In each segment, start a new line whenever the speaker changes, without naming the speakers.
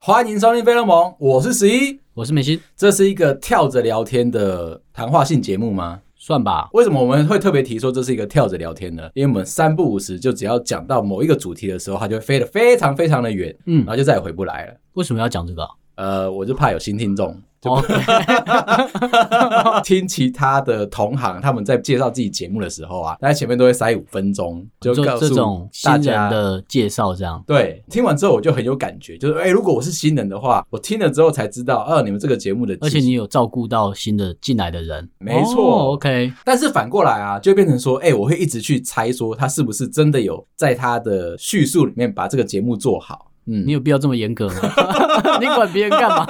欢迎收听《飞龙盟》，我是十一。
我是美心，
这是一个跳着聊天的谈话性节目吗？
算吧，
为什么我们会特别提说这是一个跳着聊天呢？因为我们三不五时就只要讲到某一个主题的时候，它就会飞得非常非常的远，
嗯
然后就再也回不来了。
为什么要讲这个啊？
呃，我就怕有新听众。
哦，
听其他的同行他们在介绍自己节目的时候啊，大家前面都会塞五分钟， 就
就
告
这
诉
种
大
新
家
人的介绍，这样
对，听完之后我就很有感觉，就是哎、如果我是新人的话，我听了之后才知道，哦、你们这个节目的技巧，
而且你有照顾到新的进来的人，
没错
哦，OK，
但是反过来啊，就变成说，哎、我会一直去猜说他是不是真的有在他的叙述里面把这个节目做好。嗯，
你有必要这么严格吗？ 你管别人干嘛？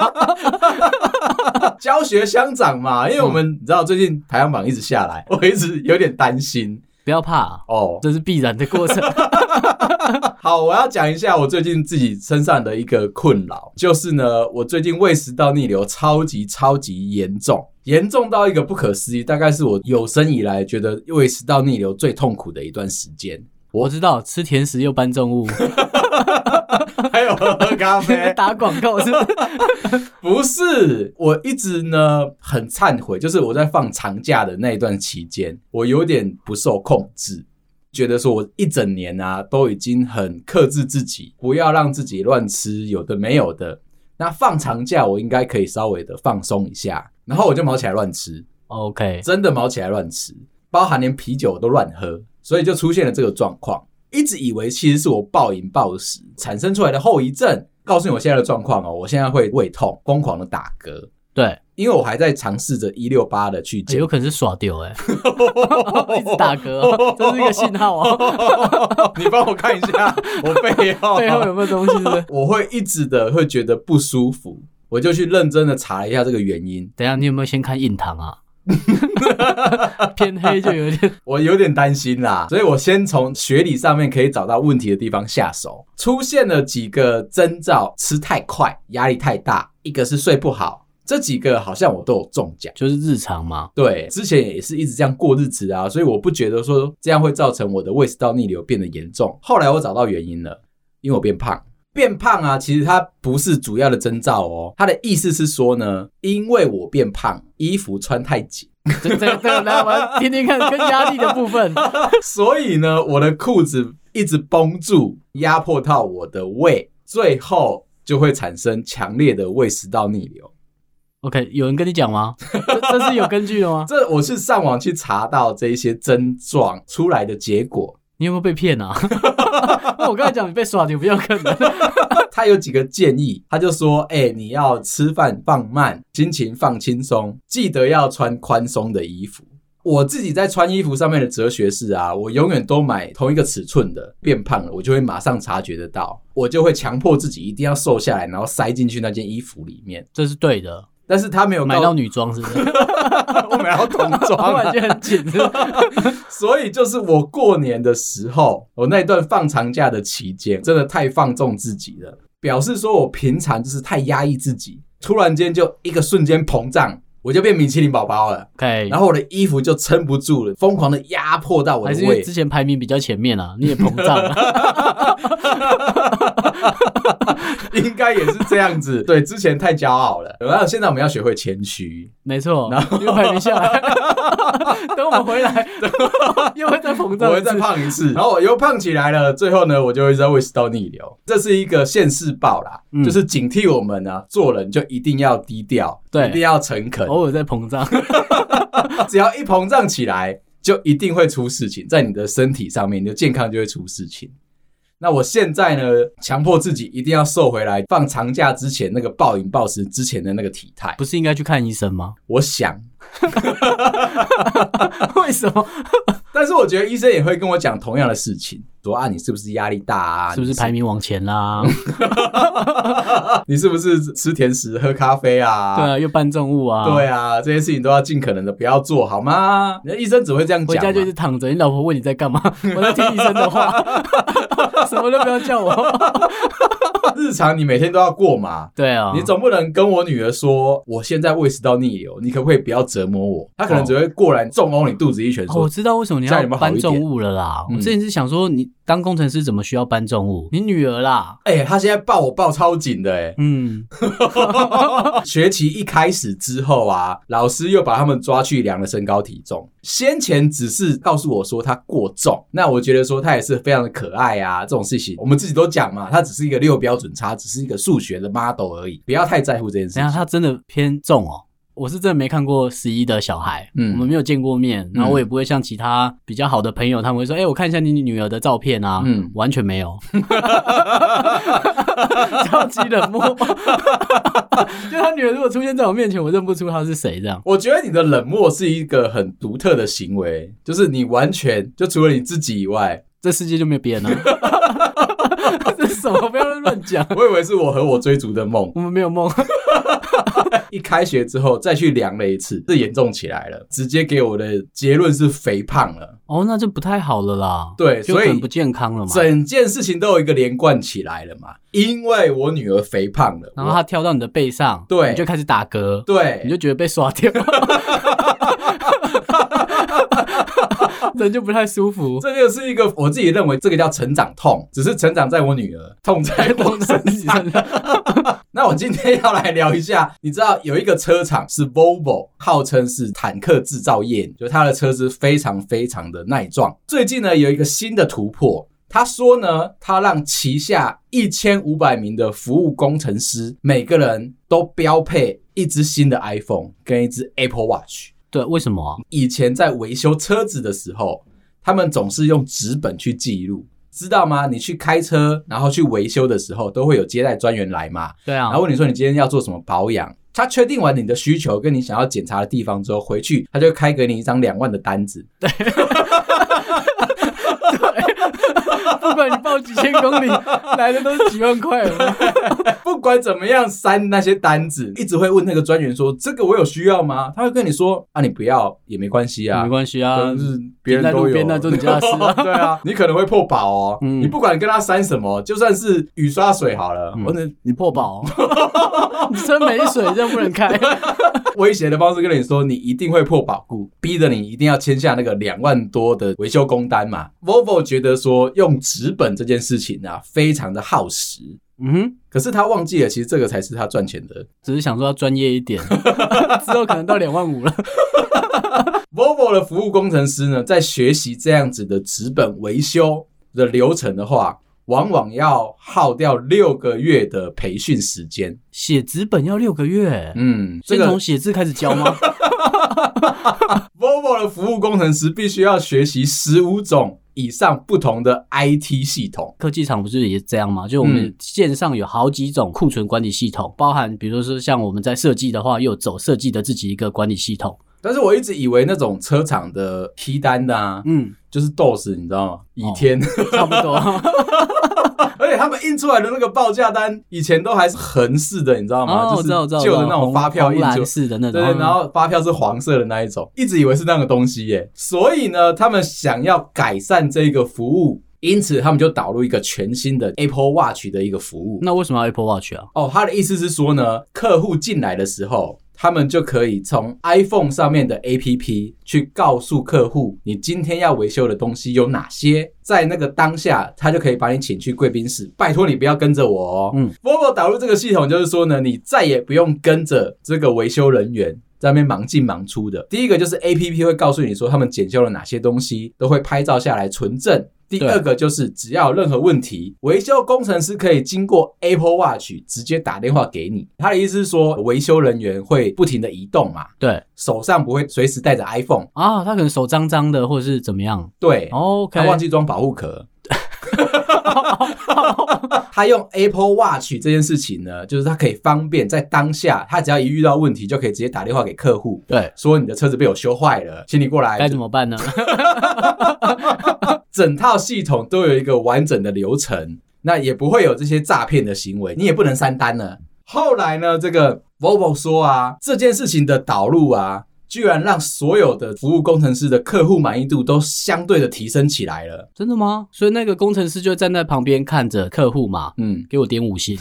教学相长嘛，因为我们、你知道最近排行榜一直下来，我一直有点担心
不要怕，
哦。
这是必然的过程。
好，我要讲一下我最近自己身上的一个困扰，就是呢，我最近胃食道逆流超级超级严重，严重到一个不可思议，大概是我有生以来觉得胃食道逆流最痛苦的一段时 间。
我知道吃甜食又搬 重物，
还有喝咖啡，
打广告是不是？
不是，我一直呢很忏悔，就是我在放长假的那一段期间，我有点不受控制，觉得说我一整年啊都已经很克制自己，不要让自己乱吃有的没有的。那放长假我应该可以稍微的放松一下，然后我就毛起来乱吃，
OK，
真的毛起来乱吃，包含连啤酒都乱喝，所以就出现了这个状况。一直以为其实是我暴饮暴食产生出来的后遗症。告诉你我现在的状况哦，我现在会胃痛，疯狂的打嗝，
对，
因为我还在尝试着一六八的去减
有。可能是耍丢哎， 一直打嗝哦，这是一个信号哦，
你帮我看一 下我背后
背后有没有东西？是不是？
我会一直的会觉得不舒服，我就去认真的查了一下这个原因。
等一下，你有没有先看印堂啊？ 偏黑就有点
我有点担心啦，所以我先从学理上面可以找到问题的地方下手。出现了几个征兆：吃太快、压力太大，一个是睡不好，这几个好像我都有中奖。
就是日常嘛，
对，之前也是一直这样过日子啊，所以我不觉得说这样会造成我的胃食道逆流变得严重。后来我找到原因了，因为我变胖。变胖啊，其实它不是主要的征兆哦，它的意思是说呢，因为我变胖，衣服穿太紧。
这这这，来我要听听看跟压力的部分。
所以呢，我的裤子一直绷住，压迫到我的胃，最后就会产生强烈的胃食道逆流。
OK，有人跟你讲吗？这这是有根据的 吗？
这我是上网去查到这一些症状出来的结果，
你有没有被骗啊？ 那我刚才讲你被耍，你不要可能。
他有几个建议，他就说：哎、你要吃饭放慢，心情放轻松，记得要穿宽松的衣服。我自己在穿衣服上面的哲学是啊，我永远都买同一个尺寸的，变胖了我就会马上察觉得到，我就会强迫自己一定要瘦下来，然后塞进去那件衣服里面。
这是对的，
但是他没有
买
告
到女装是不是？
我买到童装
我感
啊，
觉很紧。是不是
所以就是我过年的时候，我那一段放长假的期间，真的太放纵自己了，表示说我平常就是太压抑自己，突然间就一个瞬间膨胀，我就变米其林宝宝了，
OK，
然后我的衣服就撑不住了，疯狂的压迫到我
还
的
是因为
胃
之。前排名比较前面啊，你也膨 胀了。
应该也是这样子，对，之前太骄傲了，然后现在我们要学会谦虚，
没错，又排名 下来。等我们回来，又会再膨
我
胀。
会再。胖一次，然后我又胖起来了，最后呢，我就会在胃食道逆流。这是一个现世报啦，
嗯
就是警惕我们啊，做人就一定要低调，
对哦
一定要诚恳，
偶尔在 膨胀，
只要一膨胀起来，就一定会出事情，在你的身体上面，你的健康就会出事情。那我现在呢，强迫自己一定要瘦回来，放长假之前那个暴饮暴食之前的那个体态。
不是应该去看医 生吗？
我想，
为什么？
但是我觉得医生也会跟我讲同样的事情，说啊，你是不是压力大啊？
是不是
你
排名往前啦？
你是不是吃甜食、喝咖啡 啊？
对啊，又搬重物啊。
对啊，这些事情都要尽可能的不要做，好吗？你的医生只会这样
回
讲
家
嘛，
就一直躺着，你老婆问你 在干嘛，我在听医生的话，什么都不要叫我。
日常你每天都要过嘛。
对啊，
你总不能跟我女儿说，我现在胃食道逆流，你可不可以不要折磨我？她可能只会过来重殴你肚子一拳，
哦，
说
我知道为什么你
这样
要
有没有好
搬
一
重
点
物了啦。
嗯
我之前是想说，你当工程师怎么需要搬重物？你女儿啦，：“
哎、她现在抱我抱超紧的、欸，
嗯，
学期一开始之后啊，老师又把他们抓去量了身高体重。先前只是告诉我说他过重，那我觉得说他也是非常的可爱啊，这种事情我们自己都讲嘛，他只是一个六标准差，只是一个数学的 model 而已，不要太在乎这件事
等一下
情。
他真的偏重哦。我是真的没看过十一的小孩，
嗯
我们没有见过面，然后
嗯
我也不会像其他比较好的朋友，他们会说，哎、我看一下你女儿的照片啊，
嗯
完全 没有，超级冷漠。 就他女儿如果出现在我面前，我认不出她是谁，这样
我觉得你的冷漠是一个很独特的行为，就是你完全就除了你自己以外，
这世界就没有别人了。这是什么？不要乱讲，
我以为是我和我追逐的梦。
我们没有梦。
一开学之后再去量了一次，这严重起来了，直接给我的结论是肥胖了。
哦，那就不太好了啦。
对
就
所以
可能不健康了嘛。
整件事情都有一个连贯起来了嘛。因为我女儿肥胖了，
然后
我
他跳到你的背上，
对
你就开始打嗝，你
对
就觉得被刷掉， 人就不太舒服。
这就是一个我自己认为这个叫成长痛，只是成长在我女儿，痛在我身上。 那我今天要来聊一下，你知道有一个车厂是 Volvo，号称是坦克制造业，就是它的车子非常非常的耐撞。最近呢有一个新的突破，他说呢，他让旗下一千五百名的服务工程师，每个人都标配一只新的 iPhone 跟一只 Apple Watch。
对，为什么啊？
以前在维修车子的时候，他们总是用纸本去记录，知道吗？你去开车，然后去维修的时候，都会有接待专员来嘛，
对啊
然后，问你说你今天要做什么保养。他确定完你的需求跟你想要检查的地方之后，回去他就开给你一张两万的单子，
不管你报几千 公里，来的都是几万块。
不管怎么样删那些单子，一直会问那个专员说这个我有需要吗？他会跟你说啊，你不要也没关系啊，
没关系啊，
就是别人都有，
停在路边那就是你家的事啊
对啊，你可能会破保哦。
嗯
你不管跟他删什么，就算是雨刷水好了，
嗯
或者
你破保哦， 你车没水，这样不能开。
威胁的方式跟你说，你一定会破保固，逼着你一定要签下那个两万多的维修工单嘛。Volvo 觉得说用纸本这件事情啊，非常的耗时，
嗯哼，
可是他忘记了，其实这个才是他赚钱的
只是想说要专业一点， 之后可能到两万五了。
Volvo 的服务工程师呢，在学习这样子的纸本维修的流程的话，往往要耗掉六个月的培训时间。
写纸本要六个月，
嗯，这
先
个
从写字开始教吗？
Volvo 的服务工程师必须要学习十五种以上不同的 IT 系统。
科技厂不是也这样吗？就我们
嗯
线上有好几种库存管理系统，包含比如说像我们在设计的话，又有走设计的自己一个管理系统。
但是我一直以为那种车厂的批单的啊，
嗯，哦
就是 DOS，你知道吗？倚天，
差不多。
而且他们印出来的那个报价单，以前都还是横式的，你知道吗？
哦，
就
我
是
知道，我知道，
旧的那种
红
发票
红
印出
蓝式的嗯那种。
对，然后发票是黄色的那一种，一直以为是那个东西耶。所以呢，他们想要改善这个服务，因此他们就导入一个全新的 Apple Watch 的一个服务。
那为什么要 Apple Watch 啊？
哦，他的意思是说呢，客户进来的时候，他们就可以从 iPhone 上面的 APP 去告诉客户，你今天要维修的东西有哪些，在那个当下，他就可以把你请去贵宾室，拜托你不要跟着我哦。
嗯
嗯，Volvo 导入这个系统，就是说呢，你再也不用跟着这个维修人员。在那边忙进忙出的，第一个就是 A P P 会告诉你说他们检修了哪些东西，都会拍照下来存证，第
对
二个就是只要有任何问题，维修工程师可以经过 Apple Watch 直接打电话给你。他的意思是说，维修人员会不停的移动嘛，
对
手上不会随时带着 iPhone。
啊，他可能手脏脏的，或者是怎么样。
对，
哦 OK，
他忘记装保护壳。 他用 Apple Watch 这件事情呢，就是他可以方便在当下，他只要一遇到问题就可以直接打电话给客户，
对，
说你的车子被我修坏了，请你过来。
该怎么办呢？
整套系统都有一个完整的流程，那也不会有这些诈骗的行为，你也不能删单呢。后来呢，这个 Volvo 说啊，这件事情的导入啊，居然让所有的服务工程师的客户满意度都相对的提升起来了。
真的吗？所以那个工程师就站在旁边看着客户嘛，
嗯，
给我点 五星，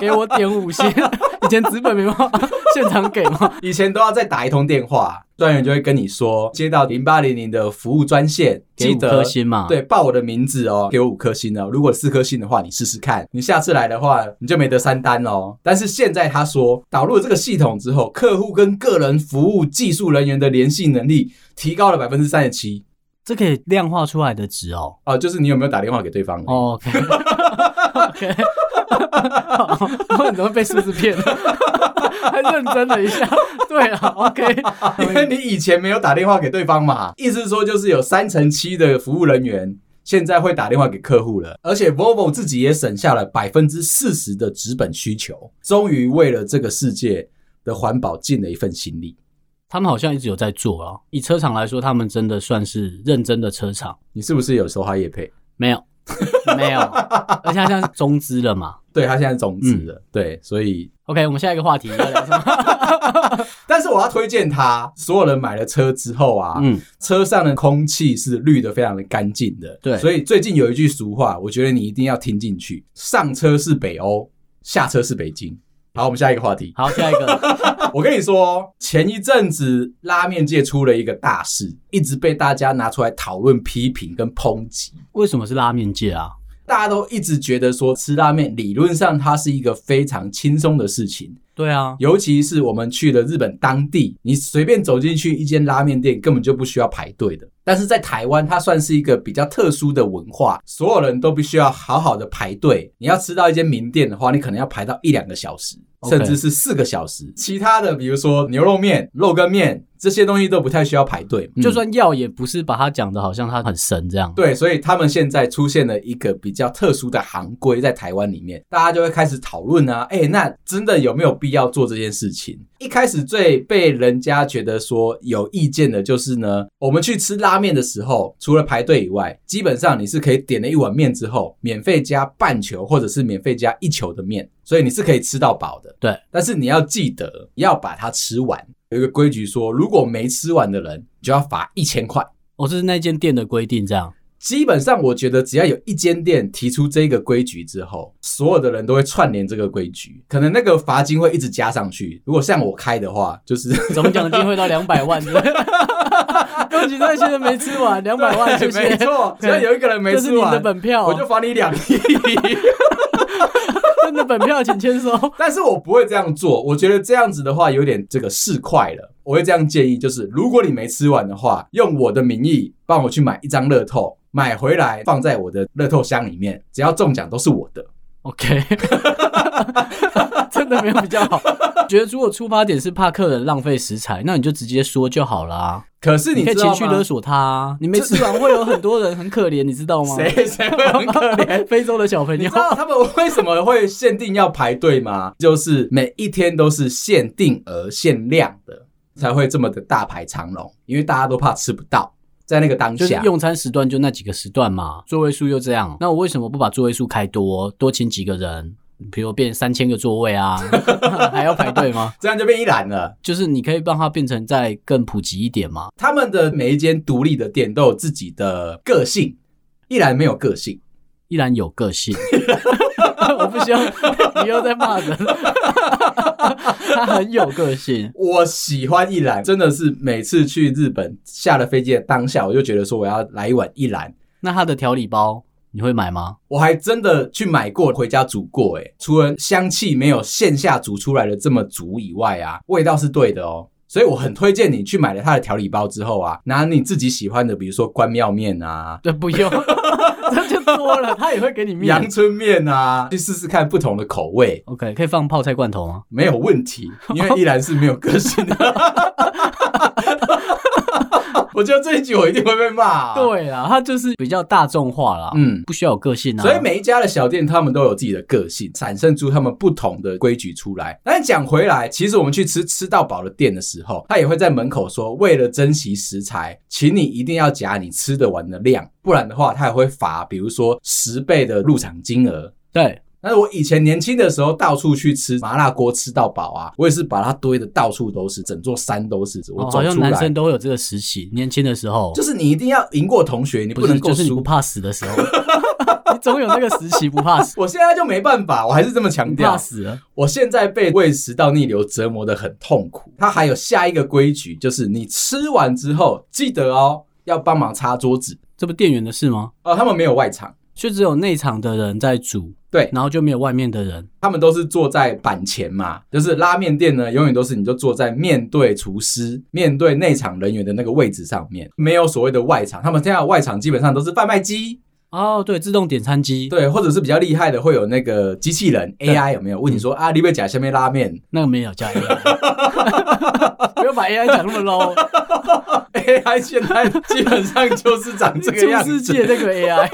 给我点五星。 以前资本没办法 现场给吗？
以前都要再打一通电话，专员就会跟你说，接到零八零零的服务专线，
给
记
五
得
颗星嘛。，
对，报我的名字哦，给我五颗星哦。如果四颗星的话，你试试看。你下次来的话，你就没得三单哦。但是现在他说，导入了这个系统之后，客户跟个人服务技术人员的联系能力提高了百分之三十七
这可以量化出来的值哦。
哦，就是你有没有打电话给对方？哦，
哦 OK 哦 OK，我怎么被数字骗了？ 还认真了一下。对啊 OK，
因为你以前没有打电话给对方嘛，意思说就是有三成七的服务人员。现在会打电话给客户了，而且 Volvo 自己也省下了百分之四十的纸本需求，终于为了这个世界的环保尽了一份心力。
他们好像一直有在做啊。以车厂来说，他们真的算是认真的车厂。
你是不是有收他叶配？
没有， 没有，而且它现在是中资了嘛。
对他现在是种子了，嗯对，所以，
OK，我们下一个话题要聊什么？
但是我要推荐他，所有人买了车之后啊，
嗯，
车上的空气是滤得非常的干净的，
对
所以最近有一句俗话，我觉得你一定要听进去：上车是北欧，下车是北京。好，我们下一个话题。
好，下一个，
我跟你说，哦前一阵子拉面界出了一个大事，一直被大家拿出来讨论、批评跟抨击。
为什么是拉面界啊？
大家都一直觉得说，吃拉面理论上它是一个非常轻松的事情，
对啊，
尤其是我们去了日本当地，你随便走进去一间拉面店，根本就不需要排队的。但是在台湾，它算是一个比较特殊的文化，所有人都必须要好好的排队。你要吃到一间名店的话，你可能要排到一两个小时，
OK
甚至是四个小时。其他的，比如说牛肉面、肉羹面这些东西都不太需要排队，
就
算
算要也不是把它讲的好像它很神这样。
对，所以他们现在出现了一个比较特殊的行规在台湾里面，大家就会开始讨论啊，哎、那真的有没有必要做这件事情？一开始最被人家觉得说有意见的就是呢，我们去吃拉面的时候，除了排队以外，基本上你是可以点了一碗面之后，免费加半球或者是免费加一球的面，所以你是可以吃到饱的。
对，
但是你要记得要把它吃完。有一个规矩说，如果没吃完的人，就要罚一千块。
哦，这是那间店的规定这样。
基本上，我觉得只要有一间店提出这个规矩之后，所有的人都会串联这个规矩，可能那个罚金会一直加上去。如果像我开的话， 就是
总奖金会到两百万的，恭喜那些人没吃完，两百万，谢谢。
没错， 只要有一个人没
这是
吃
你的
完，
本票，
我就罚你两亿。
真的本票，请签收。
但是我不会这样做，我觉得这样子的话有点这个市侩了。我会这样建议，就是如果你没吃完的话，用我的名义帮我去买一张乐透，买回来放在我的乐透箱里面，只要中奖都是我的。
OK，真的没有比较好。觉得如果出发点是怕客人浪费食材，那你就直接说就好啦。
可是
你可以
知道
情
吗？
绪勒索他、啊，你没吃完会有很多人很可怜，你知道吗？
谁谁会很可怜？
非洲的小朋
你
友
知。道他们为什么会限定要排队吗？就是每一天都是限定额、限量的，才会这么的大排长龙，因为大家都怕吃不到，在那个当
就是
下。
用餐时段就那几个时段嘛，座位数又这样，那我为什么不把座位数开多，多请几个人，比如变三千个座位啊， 还要排队吗？
这样就变一览了。
就是你可以让它变成再更普及一点嘛。
他们的每一间独立的店都有自己的个性，一然没有个性。
依然有个性， 我不希望你又在骂人， 他很有个性。
我喜欢一兰，真的是每次去日本下了飞机的当下，我就觉得说我要来一碗一兰，
那他的调理包你会买吗？
我还真的去买过，回家煮过、欸。除了香气没有线下煮出来的这么足以外啊，味道是对的哦。所以我很推荐你去买了它的调理包之后啊，拿你自己喜欢的，比如说关庙面啊、
对，不 用，这就多了，他也会给你
阳
面。
春面啊，去试试看不同的口味，
OK，可以放泡菜罐头吗？
没有问 题，因为依然是没有个性的。我觉得这一集我一定会被骂、，啊
对啦，它就是比较大众化啦，
嗯。
不需要有个性啊。
所以每一家的小店，他们都有自己的个性，产生出他们不同的规矩出来。但是讲回来，其实我们去吃吃到饱的店的时候，他也会在门口说，为了珍惜食材，请你一定要夹你吃得完的量，不然的话，他也会罚，比如说十倍的入场金额。
对，
但是我以前年轻的时候，到处去吃麻辣锅，吃到饱啊！我也是把它堆的到处都是，整座山都是。我
哦
走
好像
出来，
男生都会有这个时期，年轻的时候
就是你一定要赢过同学，你
不
能
是
够
就是你
输。
不怕死的时 候，你总有那个时期不怕死，
我现在就没办法，我还是这么强
不
调
怕。死了。
我现在被胃食道逆流折磨的很痛苦。它还有下一个规矩，就是你吃完之后记得哦，要帮忙擦桌子。
这不店员的事吗？
哦，他们没有外场，
就只有内场的人在煮，
对
然后就没有外面的人。
他们都是坐在板前嘛，就是拉面店呢，永远都是你就坐在面对厨师、面对内场人员的那个位置上面，没有所谓的外场。他们现在的外场基本上都是贩卖机，
哦，对，自动点餐机，
对，或者是比较厉害的会有那个机器人 AI 有没有？问你说啊，你被假下面拉面
那个没有加 AI，不要把 AI 讲那么 low，
，AI 现在基本上就是长 这个样
出世
子。
界那个 AI，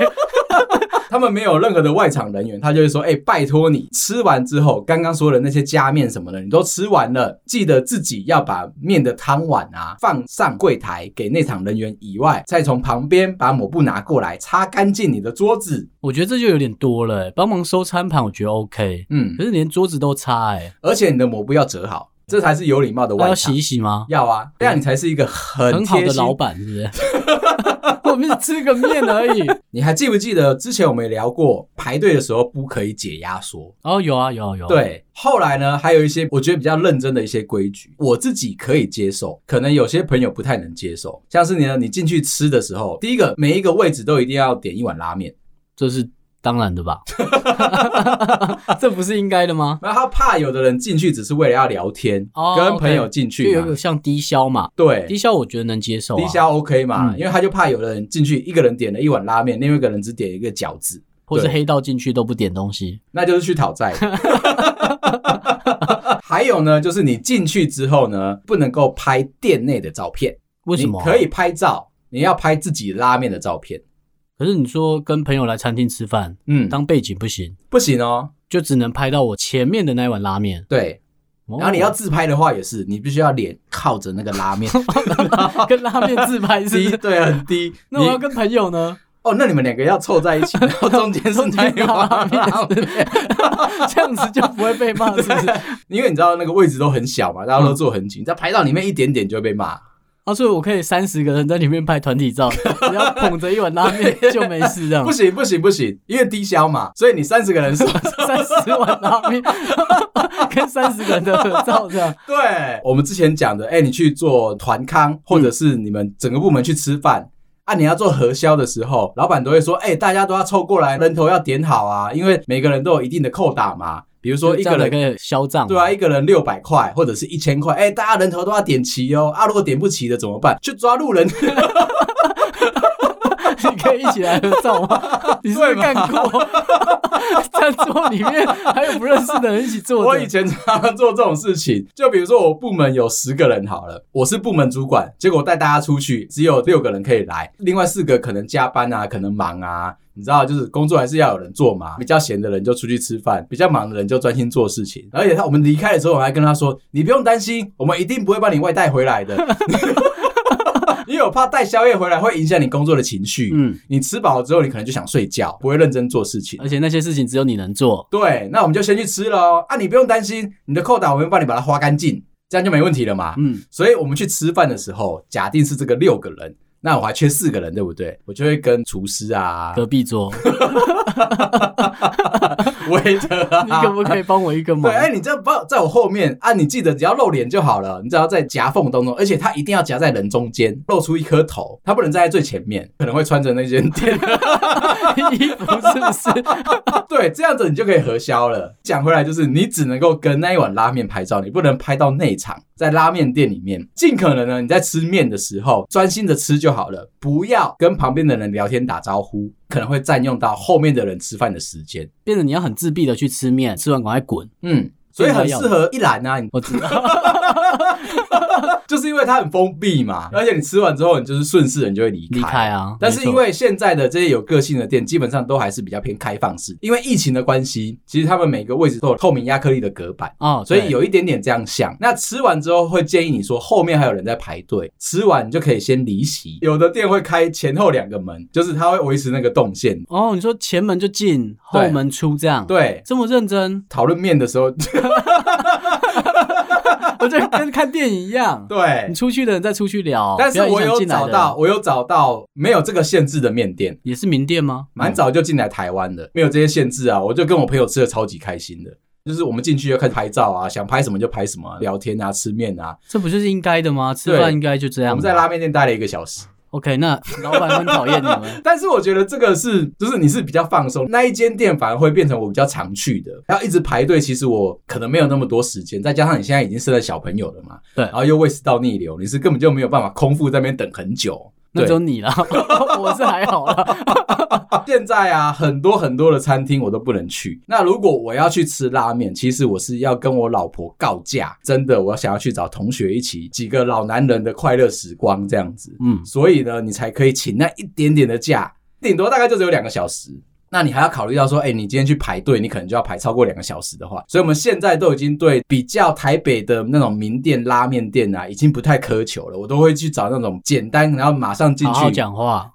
他们没有任何的外场人员，他就会说：“哎、拜托你吃完之后，刚刚说的那些加面什么的，你都吃完了，记得自己要把面的汤碗啊放上柜台给内场人员以外，再从旁边把抹布拿过来擦干净你的桌子。
我觉得这就有点多了、欸帮忙收餐盘，我觉得 OK，”
嗯，
可是连桌子都擦哎、
而且你的抹布要折好，这才是有礼貌的
那
外
要
场
洗。一洗吗？
要啊，这样你才是一个很
很好
贴
的
心
老。板是不是？ 我们只吃个面而已。
你还记不记得之前我们也聊过，排队的时候不可以解压缩？
哦，有啊有啊有啊。，
对，后来呢，还有一些我觉得比较认真的一些规矩，我自己可以接受，可能有些朋友不太能接受。像是你呢，你进去吃的时候，第一个每一个位置都一定要点一碗拉面，
这是当然 的吧？这不是应该的吗？
然后他怕有的人进去只是为了要聊天，
哦
跟
OK
朋友进
就
去
有
嘛
一个像低消嘛，
对。
低消我觉得能接受、啊。
低消 OK 嘛，
嗯
因为他就怕有的人进去，一个人点了一碗拉面，另外一个人只点一个饺子，
或是
对
黑道进去都不点东西，
那就是去讨债。 还有呢，就是你进去之后呢，不能够拍店内的照片。
为什么？
你可以。拍照，你要拍自己拉面的照片。
可是你说跟朋友来餐厅吃饭，
嗯，
当背景不行，
不行哦。
就只能拍到我前面的那一碗拉面。
对，
哦
然后你要自拍的话也是，你必须要脸靠着那个拉 面，
跟拉面自拍是不
低，
是？
对，很低。
那我要
你
跟朋友呢？
哦，那你们两个要凑在 一起，然后中间是那一碗拉面，
这样子就不会被骂，是不是？
因为你知道那个位置都很小嘛，大家都坐很
嗯
紧，再排到里面一点点就会被骂。
啊，所以我可以三十个人在里面拍团体照， 只要捧着一碗拉面就没事这样
不。行不行不行，因为低消嘛，所以你三十个人是。
三十碗拉面跟三十个人的合照这样，
对，我们之前讲的，哎、你去做团
嗯
康，或者是你们整个部门去吃饭。啊，你要做核销的时候，老板都会说：“哎、大家都要凑过来，人头要点好啊，因为每个人都有一定的扣打嘛。比如说一个
这样才可
人，
以销账嘛。
对啊，一个人六百块或者是一千块，哎、大家人头都要点齐哦。啊，如果点不齐的怎么办？去抓路人。
你可以一起来合 照吗？你是不
对
是
嘛
干过？ 餐桌里面还有不认识的人一起坐着。
我以前常常做这种事情，就比如说我部门有十个人好了，我是部门主管，结果带大家出去，只有六个人可以来，另外四个可能加班啊，可能忙啊，你知道，就是工作还是要有人做嘛。比较闲的人就出去吃饭，比较忙的人就专心做事情。而且他我们离开的时候，我还跟他说：“你不用担心，我们一定不会把你外带回来的。” 因为我怕带宵夜回来会影响你工作的情绪。
嗯，
你吃饱了之后，你可能就想睡觉，不会认真做事情。
而且那些事情只有你能做，
对，那我们就先去吃喽。啊，你不用担心，你的扣打我们帮你把它花干净，这样就没问题了嘛。
嗯，
所以我们去吃饭的时候，假定是这个六个人，那我还缺四个人，对不对？我就会跟厨师啊、
隔壁桌，
waiter
你
啊，
可不可以帮我一个 忙
对，？哎、你这不要在我后面啊，你记得只要露脸就好了，你只要在夹缝当中，而且它一定要夹在人中间，露出一颗头，它不能站在最前面，可能会穿着那件 店
衣服是不是？
对，这样子你就可以核销了。讲回来，就是你只能够跟那一碗拉面拍照，你不能拍到内场，在拉面店里面，尽可能呢你在吃面的时候专心的吃就好了，不要跟旁边的人聊天打招呼，可能会占用到后面的人吃饭的时间。
变得你要很自闭的去吃面，吃完赶快滚。
嗯，所以很
要
适合一兰啊，你
我知道，
就是因为它很封闭嘛，而且你吃完之后，你就是顺势你就会离开。
离开啊
但是
没错
因为现在的这些有个性的店，基本上都还是比较偏开放式，因为疫情的关系，其实他们每个位置都有透明亚克力的隔板。
哦，
所以
对
有一点点这样像。那吃完之后会建议你说后面还有人在排队，吃完你就可以先离席。有的店会开前后两个门，就是它会维持那个动线。
哦，你说前门就进，后
对
门出这样，，
对，
这么 认真，
讨论面的时候，对
我就跟看电影一样，你出去的人再出去聊，
但是
哦不要影
我
响
有
进来
找
的
到，我有找到没有这个限制的面店。
也是名店吗？
蛮早就进来台湾
嗯
的，没有这些限制啊，我就跟我朋友吃的超级开心的。就是我们进去就开始拍照啊，想拍什么就拍什么啊、聊天啊，吃面啊。
这不就是应该的吗？吃饭应该就这样吧。啊
我们在拉面店待了一个小时，
OK，那老板很讨厌 你们。
但是我觉得这个是，就是你是比较放松，那一间店反而会变成我比较常去的，然后一直排队。其实我可能没有那么多时间，再加上你现在已经生了小朋友了嘛，
对
然后又胃食道逆流，你是根本就没有办法空腹在那边等很久。
那
对。
只有你啦， 我是还好啦。
现在啊，很多很多的餐厅我都不能去。那如果我要去吃拉面，其实我是要跟我老婆告假，真的，我想要去找同学一起几个老男人的快乐时光这样子。
嗯，
所以呢，你才可以请那一点点的假，顶多大概就只有两个小时。那你还要考虑到说，哎、你今天去排队，你可能就要排超过两个小时的话，所以我们现在都已经对比较台北的那种名店、拉面店啊，已经不太苛求了。我都会去找那种简单，然后马上进
好
去，
好讲话，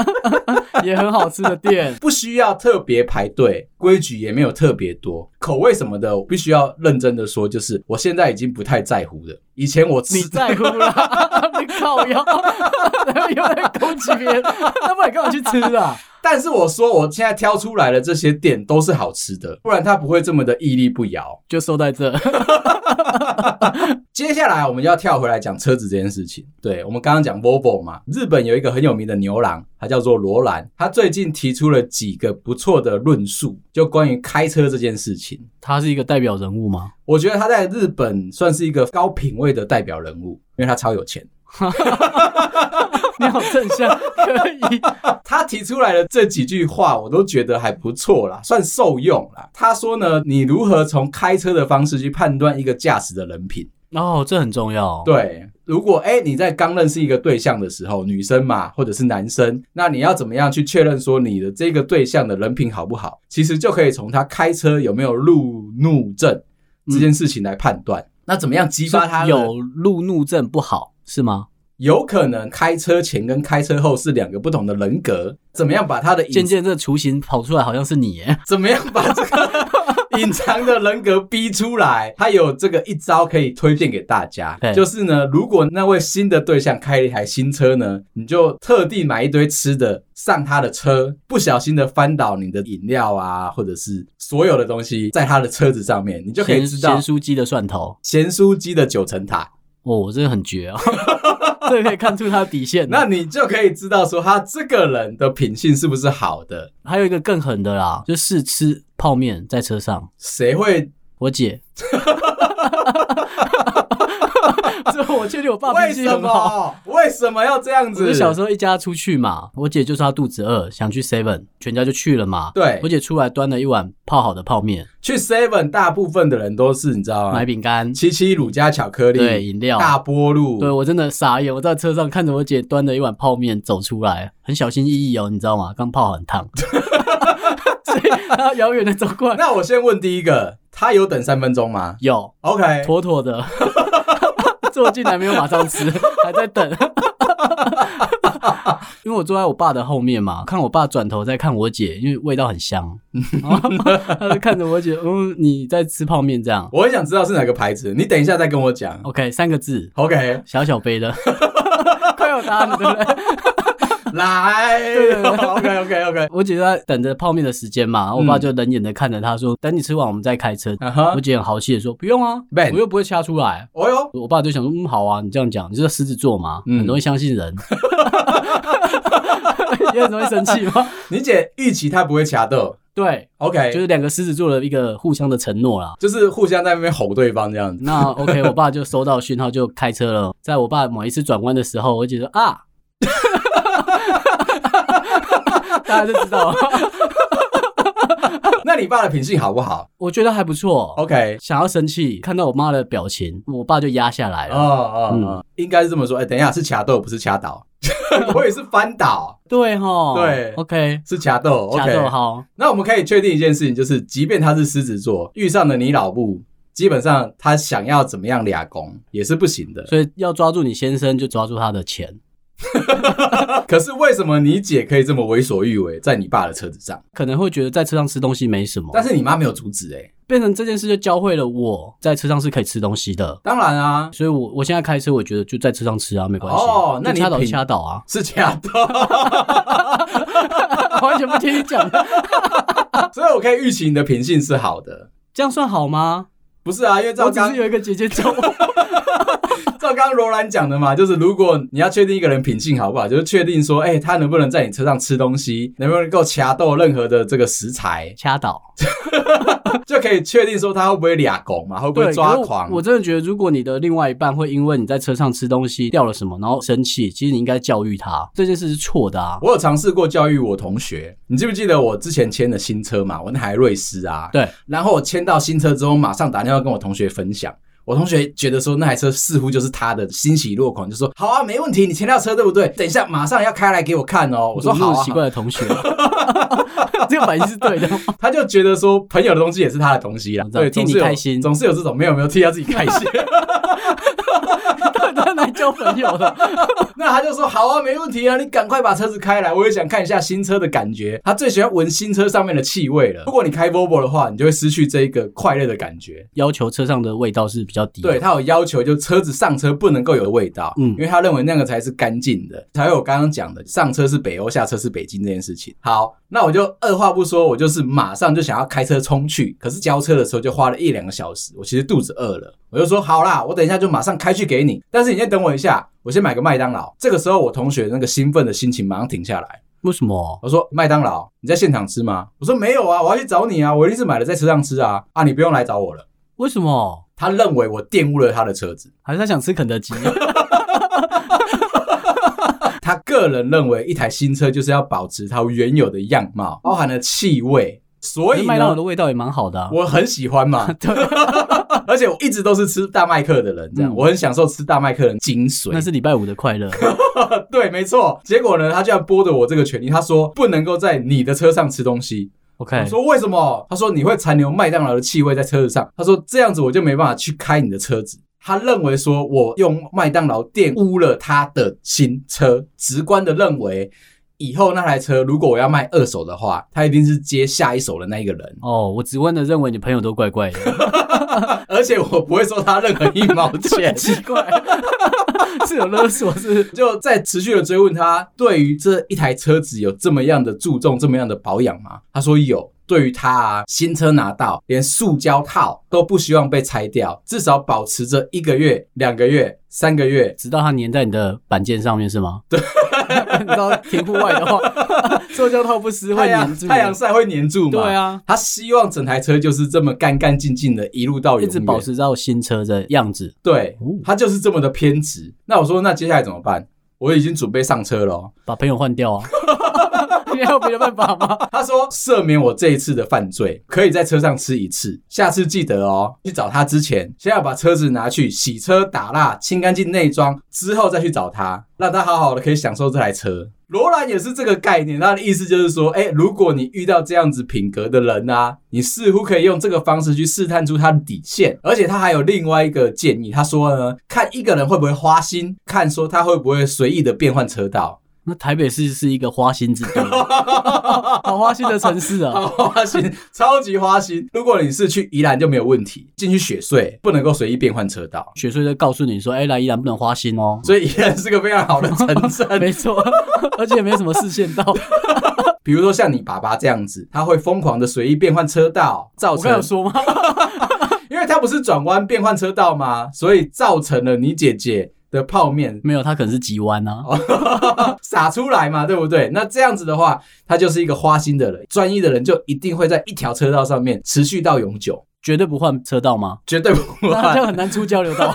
也很好吃的店。
不需要特别排队，规矩也没有特别多，口味什么的，我必须要认真的说，就是我现在已经不太在乎了。以前我吃
你在乎啦？ 你靠腰，又在攻击别人，那不然干嘛去吃啊？
但是我说我现在挑出来的这些店都是好吃的，不然它不会这么的屹立不摇。
就收在这。
接下来我们要跳回来讲车子这件事情。对我们刚刚讲 Volvo 嘛，日本有一个很有名的牛郎，他叫做罗兰，他最近提出了几个不错的论述，就关于开车这件事情。
他是一个代表人物吗？
我觉得他在日本算是一个高品位的代表人物，因为他超有钱。
你好正向，可以。
他提出来的这几句话，我都觉得还不错啦，算受用啦。他说呢，你如何从开车的方式去判断一个驾驶的人品？
哦，这很重要。，
对，如果哎、你在刚认识一个对象的时候，女生嘛，或者是男生，那你要怎么样去确认说你的这个对象的人品好不好？其实就可以从他开车有没有路怒症这件事情来判断。那怎么样激发他的
有路怒症不好是吗？
有可能开车前跟开车后是两个不同的人格，怎么样把他的隐
渐渐这雏形跑出来好像是你耶。
怎么样把这个 隐藏的人格逼出来？他有这个一招可以推荐给大家
对，
就是呢，如果那位新的对象开了一台新车呢，你就特地买一堆吃的上他的车，不小心的翻倒你的饮料啊，或者是所有的东西在他的车子上面，你就可以
咸
知道
咸酥鸡的蒜头，
咸酥鸡的九层塔，
哦，我这个很绝哦， 这个可以看出他的底线。啊
那你就可以知道说他这个人的品性是不是好的。
还有一个更狠的啦，就试吃泡面在车上。
谁会？
我姐， 这我确定我爸
为
脾气
什
很好。
么？为什么要这样
我
子？
是小时候一家出去嘛，我姐就说她肚子饿，想去 Seven，全家就去了嘛。
对
我姐出来端了一碗泡好的泡面，
去 Seven，大部分的人都是你知道吗
买？饼干，
七七乳加啊巧克力，
对，饮料。
大波露，
对我真的傻眼，我在车上看着我姐端着一碗泡面走出来，很小心翼翼哦，你知道吗？刚泡很烫， 所以她遥远的走过来，
那我先问第一个，他有等三分钟吗
有
？OK，
妥妥的， 坐进来没有马上吃，还在等。 因为我坐在我爸的后面嘛，看我爸转头在看我姐，因为味道很香， 然后他就看着我姐，嗯，你在吃泡面这样
我很想知道是哪个牌子，你等一下再跟我讲。
？OK，三个字，
OK，
小小杯的， 快有答案了，对不对？
来
对对对
，OK OK OK，
我姐就在等着泡面的时间嘛，我爸就冷眼的看着她说：“等你吃完我们再开车。
嗯啊哈
我，姐很豪气的说：“不用啊，
Ben
我又不会掐出来。”
哦哟，
我爸就想说：“嗯，好啊，你这样讲，你是狮子座嘛，
嗯
很容易相信 人，也很容易生气嘛。
你姐预期他不会掐斗”
对，
，OK，
就是两个狮子座的一个互相的承诺啦。
就是互相在那边吼对方这样 子。
那 OK，我爸就收到讯号就开车了。在我爸某一次转弯的时候，我姐说：“啊。” 大家就知道了，
那你爸的品性好不好
我觉得还不错。
？OK，
想要生气，看到我妈的表情，我爸就压下来
哦
了。
哦
嗯
哦，应该是这么说。哎，等一下，是掐豆不是掐倒， 我也是翻倒，
对哈，
对
，OK，
是掐豆。
假
OK，
豆好，
那我们可以确定一件事情，就是即便他是狮子座，遇上了你老布，基本上他想要怎么样俩攻也是不行的。
所以要抓住你先生，就抓住他的钱。
可是为什么你姐可以这么为所欲为，在你爸的车子上？
可能会觉得在车上吃东西没什么，
但是你妈没有阻止哎、
变成这件事就教会了我在车上是可以吃东西的。
当然啊，
所以我我现在开车，我觉得就在车上吃啊，没关系。
哦那你
就掐倒就
品，
掐倒啊
是假的，
完全不听你讲，
所以我可以预期你的品性是好的。
这样算好吗？
不是啊，因为照
我只
刚
是有一个姐姐教 我。
照刚罗兰讲的嘛，就是如果你要确定一个人品性好不好，就是确定说，哎、他能不能在你车上吃东西，能不能够掐斗任何的这个食材，
掐倒，
就可以确定说他会不会俩拱嘛，会不
对，
会抓
可是
狂。
我我真的觉得，如果你的另外一半会因为你在车上吃东西掉了什么，然后生气，其实你应该教育他，这件事是错的啊。
我有尝试过教育我同学，你记不记得我之前签的新车嘛？我那台瑞斯啊，
对，
然后我签到新车之后，马上打电话跟我同学分享。我同学觉得说那台车似乎就是他的，欣喜若狂，就说好啊，没问题，你签到车对不对？等一下马上要开来给我看哦。我说
怎么
好
那么
啊
奇，怪的同学， 这个反应是对的吗。
啊他就觉得说朋友的东西也是他的东西啦，
我知道
对，
替你
总是有
开心
总是有这种没有没有替他自己开心。
到底在哪里交朋友的？
那他就说好啊，没问题啊，你赶快把车子开来，我也想看一下新车的感觉。他最喜欢闻新车上面的气味了。如果你开 Volvo 的话，你就会失去这一个快乐的感觉。
要求车上的味道是比较低的。
对他有要求，就车子上车不能够有味道，
嗯
因为他认为那个才是干净的，才有我刚刚讲的上车是北欧，下车是北京这件事情。好，那我就二话不说，我就是马上就想要开车冲去，可是交车的时候就花了一两个小时，我其实肚子饿了，我就说好啦，我等一下就马上开去给你，但是你先等我一下，我先买个麦当劳。这个时候我同学那个兴奋的心情马上停下来，
为什么？
我说麦当劳你在现场吃吗？我说没有啊，我要去找你啊，我一定是买了在车上吃啊，啊你不用来找我了。
为什么？
他认为我玷污了他的车子。
还是他想吃 肯德基？
他个人认为，一台新车就是要保持它原有的样貌，包含了气味，所以
哦麦当劳
呢
的，味道也蛮好的、啊。
我很喜欢嘛。
对，
而且我一直都是吃大麦克的人，这样、
嗯
我很享受吃大麦克的精髓。
那是礼拜五的快乐。
对，没错。结果呢，他居然剥夺我这个权利，他说不能够在你的车上吃东西。我
OK，
说为什么？他说你会残留麦当劳的气味在车子上。他说这样子我就没办法去开你的车子。他认为说我用麦当劳玷污了他的新车，直观的认为以后那台车如果我要卖二手的话，他一定是接下一手的那一个人，
哦，我只问的认为你朋友都怪 怪的，
而且我不会收他任何一毛 钱。
奇怪，是有勒索是？
就在持续的追问他，对于这一台车子有这么样的注重、这么样的保养吗？他说有。对于他啊，新车拿到，连塑胶套都不希望被拆掉，至少保持着一个月、两个月、三个 月。
直到它粘在你的板件上面是吗？ 对，你知道停户外的 话，塑胶套不湿
太
会
阳
粘住。
太阳晒会粘住嘛？
对，啊，
他希望整台车就是这么干干净净的，一路到永
一
远
直保持到新车的样子。
对
哦，
他就是这么的偏执。那我说，那接下来怎么办？我已经准备上车了哦、
把朋友换掉 啊！你还有别的办法吗？
他说赦免我这一次的犯罪，可以在车上吃一次，下次记得哦，去找他之前，先要把车子拿去洗车、打蜡、清干净内装，之后再去找他，让他好好的可以享受这台车。罗兰也是这个概念，他的意思就是说，哎、如果你遇到这样子品格的人啊，你似乎可以用这个方式去试探出他的底线。而且他还有另外一个建议，他说呢，看一个人会不会花心，看说他会不会随意的变换车道。
那台北市是一个花心之 地，好花心的城市 啊！
好花心，超级花心。如果你是去宜兰就没有问题，进去雪隧不能够随意变换车道，
雪穗就告诉你说：“哎、来宜兰不能花心哦。。”
所以宜兰是个非常好的城镇
没错，而且也没什么视线到。
比如说像你爸爸这样子，他会疯狂的随意变换车道，造
我刚有
成
说吗？
因为他不是转弯变换车道吗？所以造成了你姐姐的泡面
没有，他可能是急弯啊。
洒出来嘛，对不对？那这样子的话，他就是一个花心的人，专一的人就一定会在一条车道上面持续到永久，
绝对不换车道吗？
绝对不
那
换
就。很难出交流道。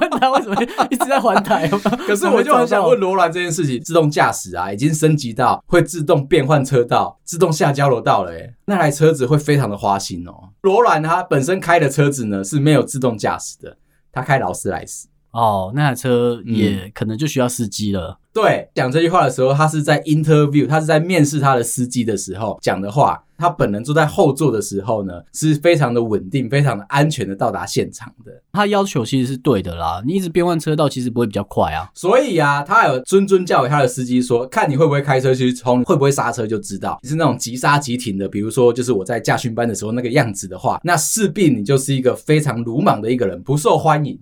问他为什么一直在还台？
可是我就很想问罗兰这件事情，自动驾驶啊，已经升级到会自动变换车道、自动下交流道了、欸，那台车子会非常的花心哦。罗兰他本身开的车子呢是没有自动驾驶的，他开劳斯莱斯。
哦，那台车也可能就需要司机了。
对，讲这句话的时候，他是在 interview，他是在面试他的司机的时候讲的话。他本人坐在后座的时候呢，是非常的稳定、非常的安全的到达现场的。
他要求其实是对的啦，你一直变换车道，其实不会比较快啊。
所以啊，他有谆谆教诲他的司机说：“看你会不会开车去冲，会不会刹车就知道。你是那种急刹急停的，比如说就是我在驾训班的时候那个样子的话，那势必你就是一个非常鲁莽的一个人，不受欢迎。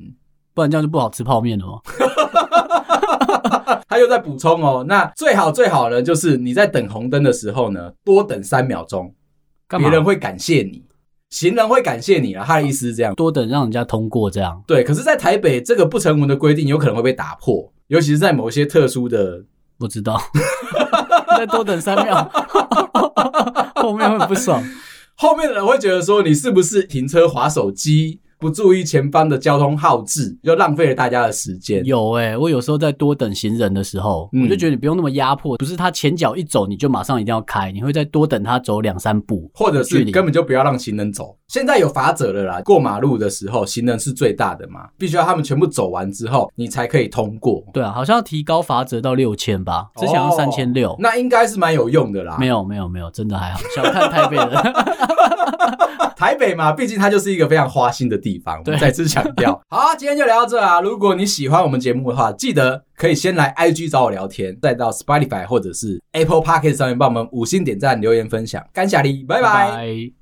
不然这样就不好吃泡面了嘛。”
他又在补充哦，那最好最好呢，就是你在等红灯的时候呢，多等三秒钟，
干嘛
别人会感谢你，行人会感谢你啊。他的意思是这样，
多等让人家通过这样？
对。可是，在台北这个不成文的规定有可能会被打破，尤其是在某些特殊的，
不知道， 再多等三 秒，后面会不爽。
后面的人会觉得说你是不是停车划手机，不注意前方的交通号志，又浪费了大家的时间。
有哎、我有时候在多等行人的时候，
嗯
我就觉得你不用那么压迫，不是他前脚一走你就马上一定要开，你会再多等他走两三步，
或者
距
是
离
根本就不要让行人走。现在有法则了啦，过马路的时候行人是最大的嘛，必须要他们全部走完之后，你才可以通过。
对啊，好像要提高罚则到六千吧，之前要三千六
哦，那应该是蛮有用的啦。
没有没有没有，真的还好，小看 台北人。
台北嘛，毕竟它就是一个非常花心的地方，我
对
们再次强 调。好，今天就聊到这啊！如果你喜欢我们节目的话，记得可以先来 IG 找我聊天，再到 Spotify 或者是 Apple p o c k e t 上面帮我们五星点赞、留言、分享，感谢你，拜拜
拜